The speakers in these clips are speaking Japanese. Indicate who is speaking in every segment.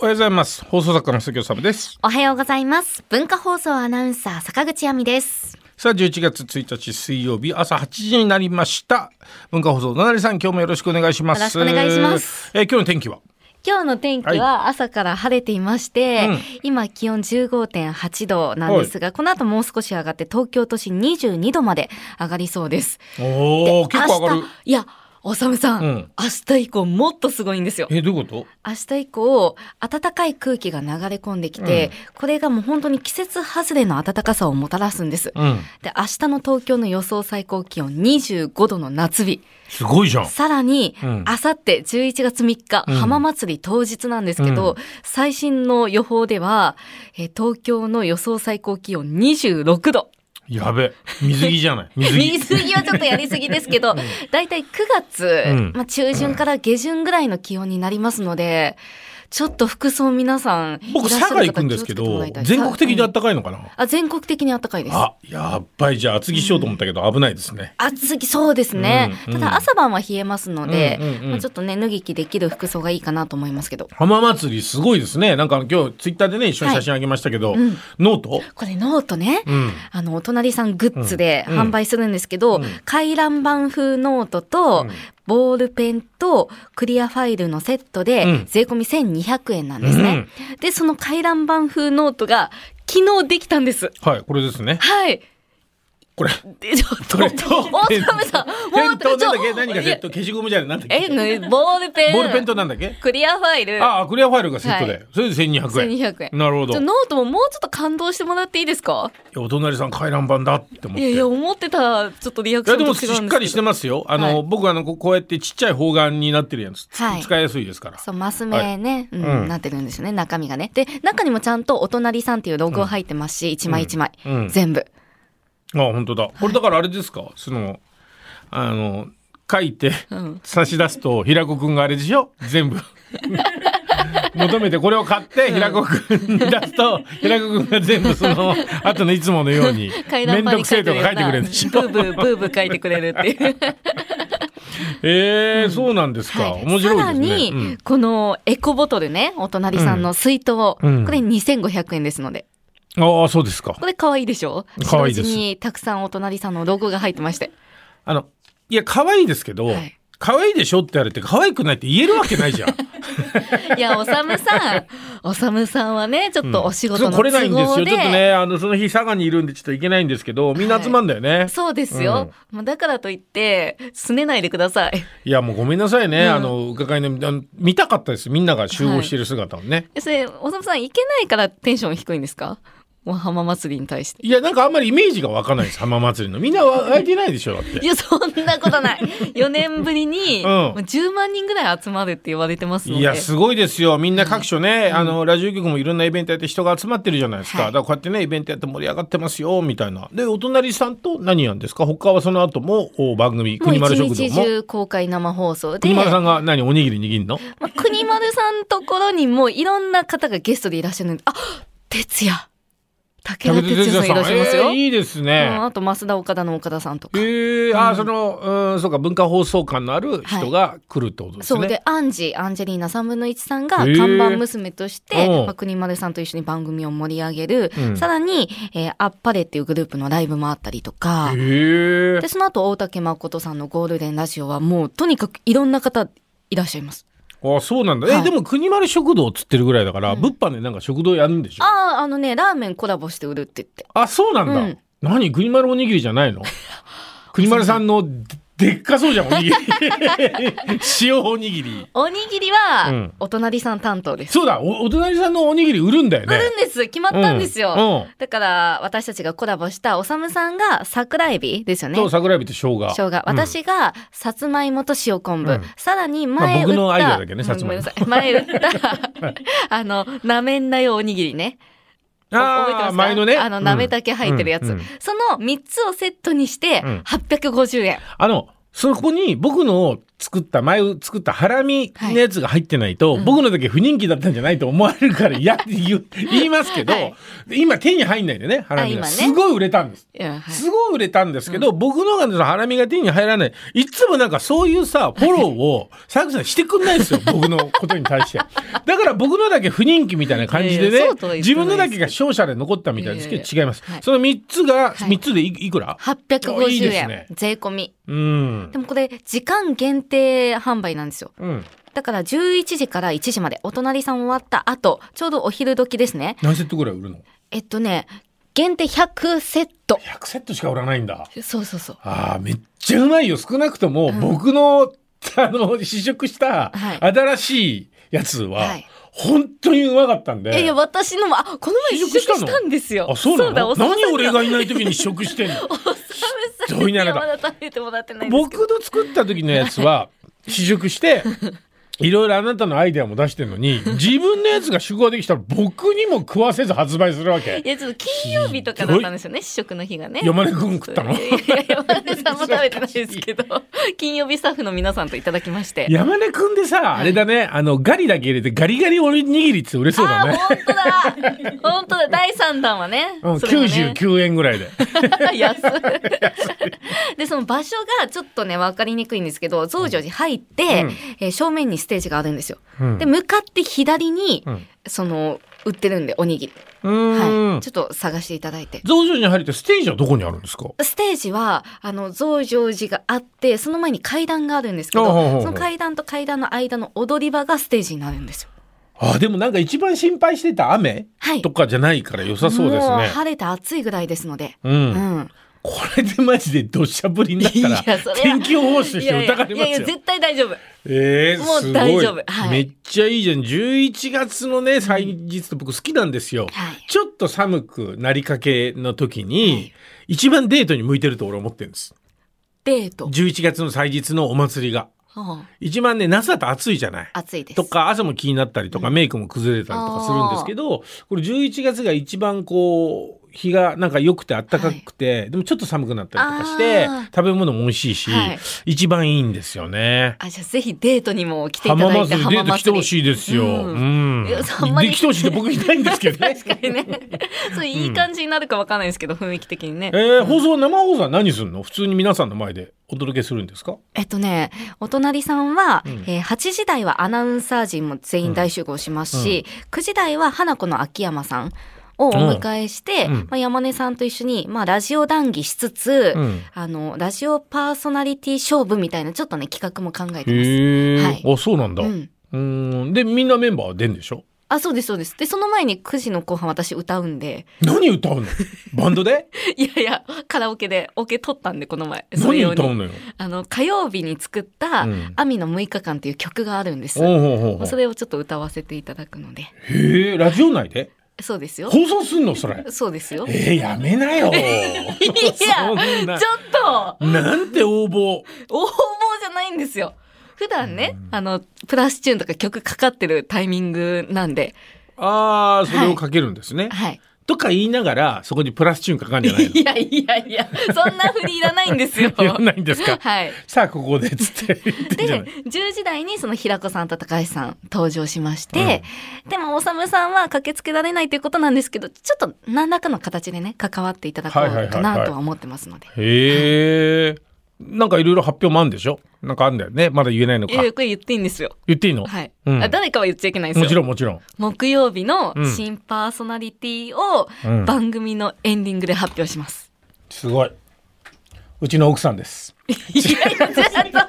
Speaker 1: おはようございます。放送作家の杉尾さです。
Speaker 2: おはようございます。文化放送アナウンサー坂口亜美です。
Speaker 1: さあ、11月1日水曜日朝8時になりました。文化放送のなりさん、今日もよろしくお願いします。
Speaker 2: よろしくお願いします。
Speaker 1: えー今日の天気は
Speaker 2: 今日の天気は朝から晴れていまして、
Speaker 1: うん
Speaker 2: 今気温15.8度なんですが、この後もう少し上がって東京都心22度まで上がりそうです。
Speaker 1: おお、結構上がる
Speaker 2: 明。日いや、おさむさん,、
Speaker 1: うん
Speaker 2: 明日以降もっとすごいんですよ。
Speaker 1: え、どういうこと
Speaker 2: 明日以降、暖かい空気が流れ込んできて、これがもう本当に季節外れの暖かさをもたらすんです。
Speaker 1: うん。
Speaker 2: で、明日の東京の予想最高気温25度の夏日。
Speaker 1: すごいじゃん。
Speaker 2: さらに、
Speaker 1: うん
Speaker 2: あさって11月3日、
Speaker 1: うん
Speaker 2: 浜祭り当日なんですけど、
Speaker 1: うん
Speaker 2: 最新の予報では、えー東京の予想最高気温26度。
Speaker 1: やべ。水着じゃ ない。水着。
Speaker 2: 水着はちょっとやりすぎです けど、だいたい9月、
Speaker 1: うん
Speaker 2: まあ、中旬から下旬ぐらいの気温になりますので、ちょっと服装皆さん、
Speaker 1: 僕、
Speaker 2: いらっしゃ
Speaker 1: 佐賀
Speaker 2: る
Speaker 1: 行く
Speaker 2: 方
Speaker 1: ん
Speaker 2: 気
Speaker 1: で
Speaker 2: を
Speaker 1: す
Speaker 2: つ
Speaker 1: け
Speaker 2: けても
Speaker 1: ど
Speaker 2: らいたい、
Speaker 1: 全国的に
Speaker 2: さ
Speaker 1: あったかいのかな
Speaker 2: あ全国的に暖かいです。
Speaker 1: あ、やっばい。じゃあ、厚着しようと思ったけど、危ないですね。
Speaker 2: 暑い、そうですね。
Speaker 1: うんうん
Speaker 2: ただ朝晩は冷えますので、
Speaker 1: うんうんうん
Speaker 2: まあ、ちょっとね、脱ぎ着できる服装がいいかなと思いますけど。
Speaker 1: 浜祭りすごいですね。なんか今日ツイッターでね、一緒に写真あげましたけど、
Speaker 2: はいうん
Speaker 1: ノート
Speaker 2: これノートね、
Speaker 1: うん。
Speaker 2: あの、お隣さんグッズで
Speaker 1: うん
Speaker 2: 販売するんですけど、
Speaker 1: うん
Speaker 2: 回覧板風ノートと、
Speaker 1: うん
Speaker 2: ボールペンとクリアファイルのセットで、
Speaker 1: うん
Speaker 2: 税込み1200円なんですね、で、その回覧板風ノートが昨日できたんです。
Speaker 1: はい、これですね。
Speaker 2: はい。
Speaker 1: これ。
Speaker 2: で、ちょっと、
Speaker 1: これ
Speaker 2: 大田部さん、も
Speaker 1: ペ
Speaker 2: う
Speaker 1: ンとなんだっけ何か
Speaker 2: い
Speaker 1: セ
Speaker 2: や
Speaker 1: ット消しゴムじゃないなんだっ
Speaker 2: え、
Speaker 1: け
Speaker 2: ねボールペン。
Speaker 1: ボールペンとなんだっけ
Speaker 2: クリアファイル。
Speaker 1: ああクリアファイルがセットで、
Speaker 2: はい
Speaker 1: それで1200円
Speaker 2: 1200円。
Speaker 1: なるほど
Speaker 2: ちょ
Speaker 1: い
Speaker 2: ノートももうちょっと感動してもらっていいですか
Speaker 1: やお隣さん回覧板だって思っ
Speaker 2: い
Speaker 1: て
Speaker 2: やいや、思ってた、ちょっとリアク
Speaker 1: い
Speaker 2: シ
Speaker 1: やで
Speaker 2: ョンと違うん
Speaker 1: も
Speaker 2: ですけ
Speaker 1: し
Speaker 2: ど。
Speaker 1: っかりしてますよ。あの、
Speaker 2: はい
Speaker 1: 僕あのここうやってちっちゃい方眼になってるやつ、
Speaker 2: はい
Speaker 1: 使いやすいですから。
Speaker 2: そう、マス目ね、
Speaker 1: ん
Speaker 2: うん、なってるんですよね、中身がね。で、中にもちゃんとお隣さんっていうロゴ入ってますし、一、枚一枚、
Speaker 1: うん
Speaker 2: 全部。
Speaker 1: あ本当だ。これだからあれですか。そのあの書い て
Speaker 2: うん
Speaker 1: 差し出すと平子くんがあれでしょ。全部 求めてこれを買って平子くんに出すと平子くんが全部その後のいつものように
Speaker 2: 階段
Speaker 1: 面
Speaker 2: 板
Speaker 1: 倒く
Speaker 2: に書
Speaker 1: せえ
Speaker 2: いて
Speaker 1: と
Speaker 2: る
Speaker 1: か書いてくれるんでしょ。
Speaker 2: ブーブー、ブーブー書いてくれるっていう。
Speaker 1: えー、 そうなんですか。
Speaker 2: はい
Speaker 1: 面白いですね。
Speaker 2: さらに、
Speaker 1: うん
Speaker 2: このエコボトルね、お隣さんの水筒、
Speaker 1: うん
Speaker 2: これ2500円ですので。
Speaker 1: ああ、そうですか
Speaker 2: こ。れ可愛いでしょ
Speaker 1: 可愛いです
Speaker 2: 白地にたくさんお隣さんのロゴが入ってまして。
Speaker 1: あの、いや、可愛いですけど、
Speaker 2: はい
Speaker 1: 可愛いでしょって言われて、可愛くないって言えるわけないじゃん。
Speaker 2: いや、おさむさん、おさむさんはね、ちょっとお仕事
Speaker 1: そう
Speaker 2: の
Speaker 1: 来れ
Speaker 2: 都合で、
Speaker 1: ないんですよ。ちょっとね、あの、その日佐賀にいるんで、ちょっと行けないんですけど、みんな集まんだよね。
Speaker 2: そうですよ。まあだからといって、すねないでください。
Speaker 1: いや、もうごめんなさいね。
Speaker 2: うん
Speaker 1: あの、伺いの、あの見たかったです。みんなが集合してる姿をね。い
Speaker 2: えそれ、おさむさん、行けないからテンション低いんですかもう浜祭りに対して。
Speaker 1: や、なんかあんまりイメージが湧かないです。浜祭りの。みんな湧いてないでしょ、だって
Speaker 2: い。や、そんなことない。4 年ぶりに、
Speaker 1: ん
Speaker 2: もう10万人ぐらい集まるって言われてますので。
Speaker 1: いや、すごいですよ。みんな各所ね、あの、ラジオ局もいろんなイベントやって人が集まってるじゃないですか。
Speaker 2: は
Speaker 1: だ
Speaker 2: い
Speaker 1: からこうやってね、イベントやって盛り上がってますよ、みたいな。で、お隣さんと何やんですか他はその後もお番組、
Speaker 2: もう
Speaker 1: 国
Speaker 2: 一
Speaker 1: 丸食堂
Speaker 2: 日
Speaker 1: も。
Speaker 2: 中公開生放送で、
Speaker 1: 国丸さ
Speaker 2: ま
Speaker 1: んが何おにぎり握んの
Speaker 2: あ国丸さんところにもいろんな方がゲストでいらっしゃるんで、あ、哲也。武田哲也さんいらっしゃいます
Speaker 1: え
Speaker 2: よ。
Speaker 1: ーいいです
Speaker 2: うん、
Speaker 1: ね。
Speaker 2: あと増田岡田の岡田さんとか。
Speaker 1: えー、あー、その、うん、そうか、文化放送館のある人が来るってことです
Speaker 2: そう
Speaker 1: ね。
Speaker 2: で、アンジー、アンジェリーナ3分の1さんが
Speaker 1: へー
Speaker 2: 看板娘と
Speaker 1: う
Speaker 2: し
Speaker 1: ん
Speaker 2: て、まあ、国丸さんと一緒に番組を盛り上げる、
Speaker 1: うん
Speaker 2: さらに、えーアッパレっていうグループのライブもあったりとか、
Speaker 1: えー
Speaker 2: で、その後、大竹誠さんのゴールデンラジオはもう、とにかくいろんな方いらっしゃいます。
Speaker 1: あ、そうなんだ。え、
Speaker 2: はい
Speaker 1: でも国丸食堂っつってるぐらいだから、物販でなんか食堂やるんでしょ
Speaker 2: ああ、あのね、ラーメンコラボして売るって言って。
Speaker 1: あ、そうなんだ。
Speaker 2: うん
Speaker 1: 何国丸おにぎりじゃない の国丸さんのででっかそうじゃん、お にぎり。塩おにぎり。
Speaker 2: おにぎり
Speaker 1: う
Speaker 2: は
Speaker 1: ん、
Speaker 2: お隣さん担当です。
Speaker 1: そうだ、おお隣さんのおにぎり売るんだよ
Speaker 2: 売
Speaker 1: ね。
Speaker 2: るんです決まったんですよ、
Speaker 1: うんうん
Speaker 2: だから、私たちがコラボした、おさむさんが桜エビですよね
Speaker 1: そう、。桜エビと生姜。
Speaker 2: 生姜。私が、さつまいもと塩昆布。
Speaker 1: うん
Speaker 2: さらに
Speaker 1: ま
Speaker 2: 前打った、
Speaker 1: あ僕のアイデアだけどねさつまいも
Speaker 2: うんごめんなさい。前打 った、あの、なめんなよおにぎりね。
Speaker 1: うん。
Speaker 2: 覚えてま
Speaker 1: ああ、
Speaker 2: すか
Speaker 1: 前のね。
Speaker 2: あの、なめた
Speaker 1: け。
Speaker 2: け入ってるやつ。
Speaker 1: うんうん
Speaker 2: その3つをセットにして
Speaker 1: うん、
Speaker 2: 850円。
Speaker 1: あの、そこに僕の作った、前作ったハラミのやつが入ってないと、僕のだけ不人気だったんじゃないと思われるから嫌って 言う言いますけど、
Speaker 2: はい
Speaker 1: 今手に入んないでね、ハラミが。
Speaker 2: あ今ね
Speaker 1: すごい売れたんです。
Speaker 2: いやはい
Speaker 1: すごい売れたんですけど、僕のがねそのハラミが手に入らない。いつもなんかそういうさ、フォローを、サクさんしてくんない ですよ。僕のことに対して。だから僕のだけ不人気みたいな感じで
Speaker 2: いやい
Speaker 1: ね
Speaker 2: やそうとは、言ってない
Speaker 1: 自分
Speaker 2: です
Speaker 1: のだけが勝者で残ったみたいですけ
Speaker 2: いや
Speaker 1: ど、
Speaker 2: い
Speaker 1: 違います
Speaker 2: はい。
Speaker 1: その3つが、
Speaker 2: はい
Speaker 1: 3つでいいくら
Speaker 2: 850円
Speaker 1: いいですね
Speaker 2: 税込み
Speaker 1: うん
Speaker 2: で。もこれ時間限定販売なんですよ
Speaker 1: うん。
Speaker 2: だから11時から1時までお隣さん終わった後ちょうどお昼時ですね
Speaker 1: 何セットぐらい売るの
Speaker 2: えっとね限定100セット
Speaker 1: ?100 セットしか売らないんだ。
Speaker 2: そうそうそう
Speaker 1: ああ、めっちゃうまいよ。少なくとも、
Speaker 2: ん
Speaker 1: 僕の、 あの、試食した、
Speaker 2: はい
Speaker 1: 新しいやつは、
Speaker 2: はい
Speaker 1: 本当にうまかったんで。
Speaker 2: えいや私のもあこの前
Speaker 1: 試食
Speaker 2: 試
Speaker 1: した
Speaker 2: 食
Speaker 1: の
Speaker 2: したんですよ
Speaker 1: あ、そうな
Speaker 2: だ
Speaker 1: の
Speaker 2: おさむさんに
Speaker 1: 何
Speaker 2: は
Speaker 1: 俺がいない時に試食してんの
Speaker 2: おさ
Speaker 1: どう
Speaker 2: む
Speaker 1: い
Speaker 2: さん
Speaker 1: う
Speaker 2: に
Speaker 1: のや
Speaker 2: は
Speaker 1: だ
Speaker 2: まだ食べてもらってないんですけ
Speaker 1: 僕
Speaker 2: ど
Speaker 1: の作った時のやつは、試食 して、いろいろあなたのアイデアも出してるのに、自分のやつが集合できたら僕にも食わせず発売するわけ
Speaker 2: い。やちょっと金曜日とかだったんですよね試食の日がね
Speaker 1: 山根くん食ったの
Speaker 2: いやいや山根さんも食べてないですけど金曜日スタッフの皆さんといただきまして
Speaker 1: 山根くんでさ、あれだね、あの、ガリだけ入れてガリガリおにぎりって売れそうだ
Speaker 2: あ
Speaker 1: ね。
Speaker 2: あー、本当だ。本当だ。第三弾はね。
Speaker 1: うん、
Speaker 2: それがね。
Speaker 1: 99円ぐらいで。
Speaker 2: 安い。で、その場所がちょっとね、わかりにくいんですけど、増上寺入って、
Speaker 1: うん
Speaker 2: えー正面にステージがあるんですよ。
Speaker 1: うん
Speaker 2: で、向かって左に、
Speaker 1: うん
Speaker 2: その、売ってるんで、おにぎり。
Speaker 1: うー
Speaker 2: は
Speaker 1: ん
Speaker 2: い。ちょっと探していただいて。
Speaker 1: 増上寺に入るとステージはどこにあるんですか
Speaker 2: ステージは、あの、増上寺があって、その前に階段があるんですけど、
Speaker 1: ほうほうほうほう
Speaker 2: その階段と階段の間の踊り場がステージになるんですよ。
Speaker 1: あ、でもなんか一番心配してた雨
Speaker 2: はい
Speaker 1: と。かじゃないから良さそうです
Speaker 2: もう
Speaker 1: ね。
Speaker 2: 晴れて暑いぐらいですので。
Speaker 1: う。
Speaker 2: うんん。
Speaker 1: これでマジで土砂降りになったら
Speaker 2: いやそれは
Speaker 1: 天気予報士と
Speaker 2: い
Speaker 1: して
Speaker 2: やいや
Speaker 1: 疑われます
Speaker 2: いやいや
Speaker 1: よ。
Speaker 2: 絶対大丈夫
Speaker 1: えー、
Speaker 2: もう
Speaker 1: すごい
Speaker 2: 大丈夫はい
Speaker 1: めっちゃいいじゃん。11月のね、祭日と僕好きなんですよ。
Speaker 2: はい
Speaker 1: ちょっと寒くなりかけの時に、
Speaker 2: はい
Speaker 1: 一番デートに向いてると俺思ってるんです。
Speaker 2: デート、
Speaker 1: 11月の祭日のお祭りが。
Speaker 2: は
Speaker 1: 一番ね、夏だと暑いじゃない。
Speaker 2: あ、暑いです
Speaker 1: とか、汗も気になったりとか、メイクも崩れたりとかするんですけど、これ11月が一番こう、日がなんか良くて暖かくて、でもちょっと寒くなったりとかして
Speaker 2: あー、
Speaker 1: 食べ物も美味しいし、
Speaker 2: はい
Speaker 1: 一番いいんですよね。
Speaker 2: あじゃあぜひデートにも来ていた
Speaker 1: 浜
Speaker 2: だいて
Speaker 1: 祭りデート来てほしいですよ。
Speaker 2: う
Speaker 1: うんん。
Speaker 2: いやあんまり
Speaker 1: で来てほしいって僕いないんですけどね。
Speaker 2: 確かにねそういい感じになるかわかんないですけど雰囲気的にね
Speaker 1: えー、放送、生放送は何するの普通に皆さんの前でお届けするんですか
Speaker 2: えっとねお隣さんは、
Speaker 1: うん
Speaker 2: えー8時台はアナウンサー陣も全員大集合しますし、9時台は花子の秋山さんをお迎えして、
Speaker 1: うんうん
Speaker 2: まあ、山根さんと一緒に、まあ、ラジオ談義しつつ、
Speaker 1: うん
Speaker 2: あのラジオパーソナリティ勝負みたいなちょっとね企画も考えてます。
Speaker 1: へえ、
Speaker 2: はい
Speaker 1: あ、そうなんだ。
Speaker 2: う
Speaker 1: うんん。で、みんなメンバーは出んでしょ
Speaker 2: あ、そうです、そうです。で、その前に9時の後半私歌うんで、
Speaker 1: 何歌 うのバンドで
Speaker 2: いやいや、 カラオケで、オケ取ったんで、この前。そ
Speaker 1: 何
Speaker 2: れ用
Speaker 1: 歌う
Speaker 2: に。
Speaker 1: のよ
Speaker 2: あの、火曜日に作った
Speaker 1: うん、
Speaker 2: アミの6日間っていう曲があるんで
Speaker 1: お
Speaker 2: す。
Speaker 1: うほうほうほう
Speaker 2: それをちょっと歌わせていただくので。
Speaker 1: へえ、ラジオ内で
Speaker 2: そうですよ。
Speaker 1: 放送すんのそれ。
Speaker 2: そうです よ。い
Speaker 1: えー、やめなよ。そん
Speaker 2: や、
Speaker 1: な
Speaker 2: ちょっと、
Speaker 1: なんて応募。
Speaker 2: 応募じゃないんですよ。普段ね、あの、プラスチューンとか曲かかってるタイミングなんで、
Speaker 1: ああ、それをかけるんですね。
Speaker 2: はい。
Speaker 1: とか言いながら、そこにプラスチューンかかるんじゃないの
Speaker 2: いやいやいや、そんな振りいらないんですよ。
Speaker 1: 言わないんですか。
Speaker 2: はい。
Speaker 1: さあ、ここで、つって言ってんじゃ
Speaker 2: で
Speaker 1: ない。
Speaker 2: 10時台にその平子さんと高橋さん登場しまして、でもおさむさんは駆けつけられないということなんですけどちょっと何らかの形でね関わっていただこ
Speaker 1: はいはいは
Speaker 2: う
Speaker 1: い
Speaker 2: か
Speaker 1: はい
Speaker 2: なとは思ってますので。
Speaker 1: へえ。なんかいろいろ発表もあるんでしょなんかあるんだよね。まだ言えないの
Speaker 2: い
Speaker 1: か。
Speaker 2: やこれ言っていいんですよ。
Speaker 1: 言っていいの、
Speaker 2: はい、
Speaker 1: うん
Speaker 2: あ誰かは言っちゃいけないんですよ。
Speaker 1: もちろんもちろん。
Speaker 2: 木曜日の
Speaker 1: うん
Speaker 2: 新パーソナリティを
Speaker 1: うん
Speaker 2: 番組のエンディングで発表します。
Speaker 1: すごい。うちの奥さんです。
Speaker 2: いやいやちょっ と
Speaker 1: それ
Speaker 2: ガ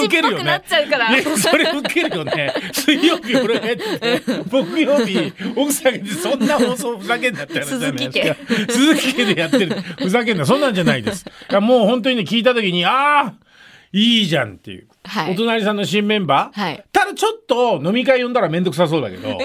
Speaker 2: チ
Speaker 1: 受ける
Speaker 2: っぽ
Speaker 1: よ
Speaker 2: くなっ
Speaker 1: ね
Speaker 2: ちゃうから。
Speaker 1: いやそれ受けるよ ね。水曜日俺がやってて、木曜日奥さんがそんな放送ふざけんなって話じゃないですか。鈴木家でやってる。ふざけんな。そんなんじゃないです。いやもう本当にね、聞いた時に、ああいいじゃんっていう。
Speaker 2: はい
Speaker 1: お隣さんの新メンバー、
Speaker 2: はい
Speaker 1: ただちょっと飲み会呼んだらめんどくさそうだけど。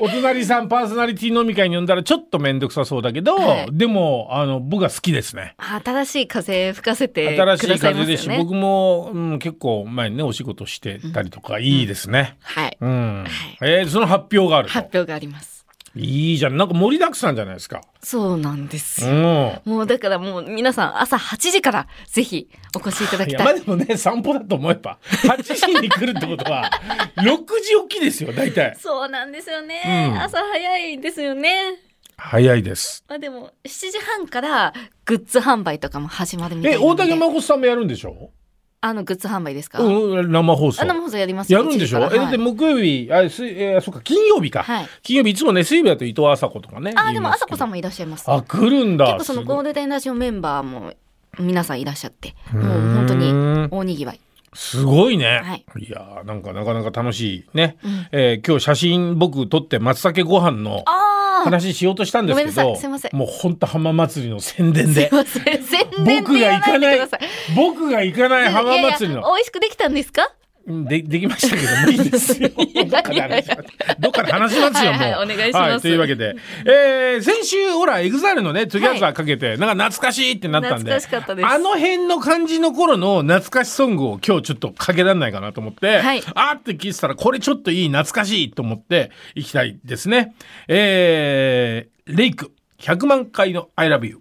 Speaker 1: お隣さんパーソナリティ飲み会に呼んだらちょっとめんどくさそうだけど、
Speaker 2: はい
Speaker 1: でも、あの、僕は好きですね。
Speaker 2: 新しい風吹かせてくだ
Speaker 1: 新しい
Speaker 2: さいま
Speaker 1: 風
Speaker 2: すよね。
Speaker 1: ですし、僕も、うん、結構前にね、お仕事してたりとか、いいですね。
Speaker 2: はい、
Speaker 1: うん。えーその発表があると
Speaker 2: 発表があります。
Speaker 1: いいじゃん。なんか盛りだくさんじゃないですか。
Speaker 2: そうなんです
Speaker 1: うん。
Speaker 2: よ。もうだからもう皆さん朝8時からぜひお越しいただ
Speaker 1: い
Speaker 2: き
Speaker 1: や
Speaker 2: た
Speaker 1: まあ
Speaker 2: い。
Speaker 1: でもね散歩だと思えば8時に来るってこと は6時起きですよ大体
Speaker 2: そうなんですよね、
Speaker 1: うん
Speaker 2: 朝早いですよね。
Speaker 1: 早いです
Speaker 2: まあでも7時半からグッズ販売とかも始まるみたい
Speaker 1: え
Speaker 2: なの
Speaker 1: 大
Speaker 2: で。
Speaker 1: 竹まこさんもやるんでしょ
Speaker 2: あのグッズ販売ですか。あ
Speaker 1: うん生放送
Speaker 2: 生放送やります
Speaker 1: や
Speaker 2: よ
Speaker 1: るんでしょ、
Speaker 2: 1時
Speaker 1: え
Speaker 2: から
Speaker 1: だって木曜日あ水えーそっか金曜日か、
Speaker 2: はい。はい
Speaker 1: 金曜日いつもね水曜日だと伊藤麻子とかね
Speaker 2: あーでも朝子さん
Speaker 1: も
Speaker 2: もいらっしゃいます。
Speaker 1: あ来るんだ
Speaker 2: 結構その
Speaker 1: す
Speaker 2: ゴー
Speaker 1: ごい
Speaker 2: ルデンラジオメンバーも皆さんいらっしゃって、もう
Speaker 1: うーん
Speaker 2: 本当に大にぎわい。
Speaker 1: すごいね、
Speaker 2: はい
Speaker 1: い、やーなんかなかなか楽しいね、
Speaker 2: うん
Speaker 1: えー今日写真僕撮って松茸ご飯の
Speaker 2: ああ。
Speaker 1: 話しようとしたんですけど
Speaker 2: ごめんなさいすいません
Speaker 1: もうほんと浜祭りの宣伝
Speaker 2: すい
Speaker 1: で
Speaker 2: ません。宣伝
Speaker 1: 僕
Speaker 2: で
Speaker 1: が行
Speaker 2: やら
Speaker 1: か
Speaker 2: ない
Speaker 1: な
Speaker 2: で
Speaker 1: い
Speaker 2: ください。
Speaker 1: 僕が行かない浜祭り
Speaker 2: いやい
Speaker 1: の
Speaker 2: や美味しくできたんですか？
Speaker 1: うんでできましたけどもいいですよ
Speaker 2: いやいやいや
Speaker 1: どっかで話しますどっかで話しますよもう
Speaker 2: はいはいお願いします
Speaker 1: というわけで、えー先週ほらエグザイルのね「トゥギャザー」かけて、なんか懐かしいってなったんで
Speaker 2: 懐かしかったです
Speaker 1: あの辺の感じの頃の懐かしソングを今日ちょっとかけられないかなと思って、
Speaker 2: はい
Speaker 1: あーって聞いてたらこれちょっといい懐かしいと思っていきたいですねえーレイク100万回の「ILOVEYOU」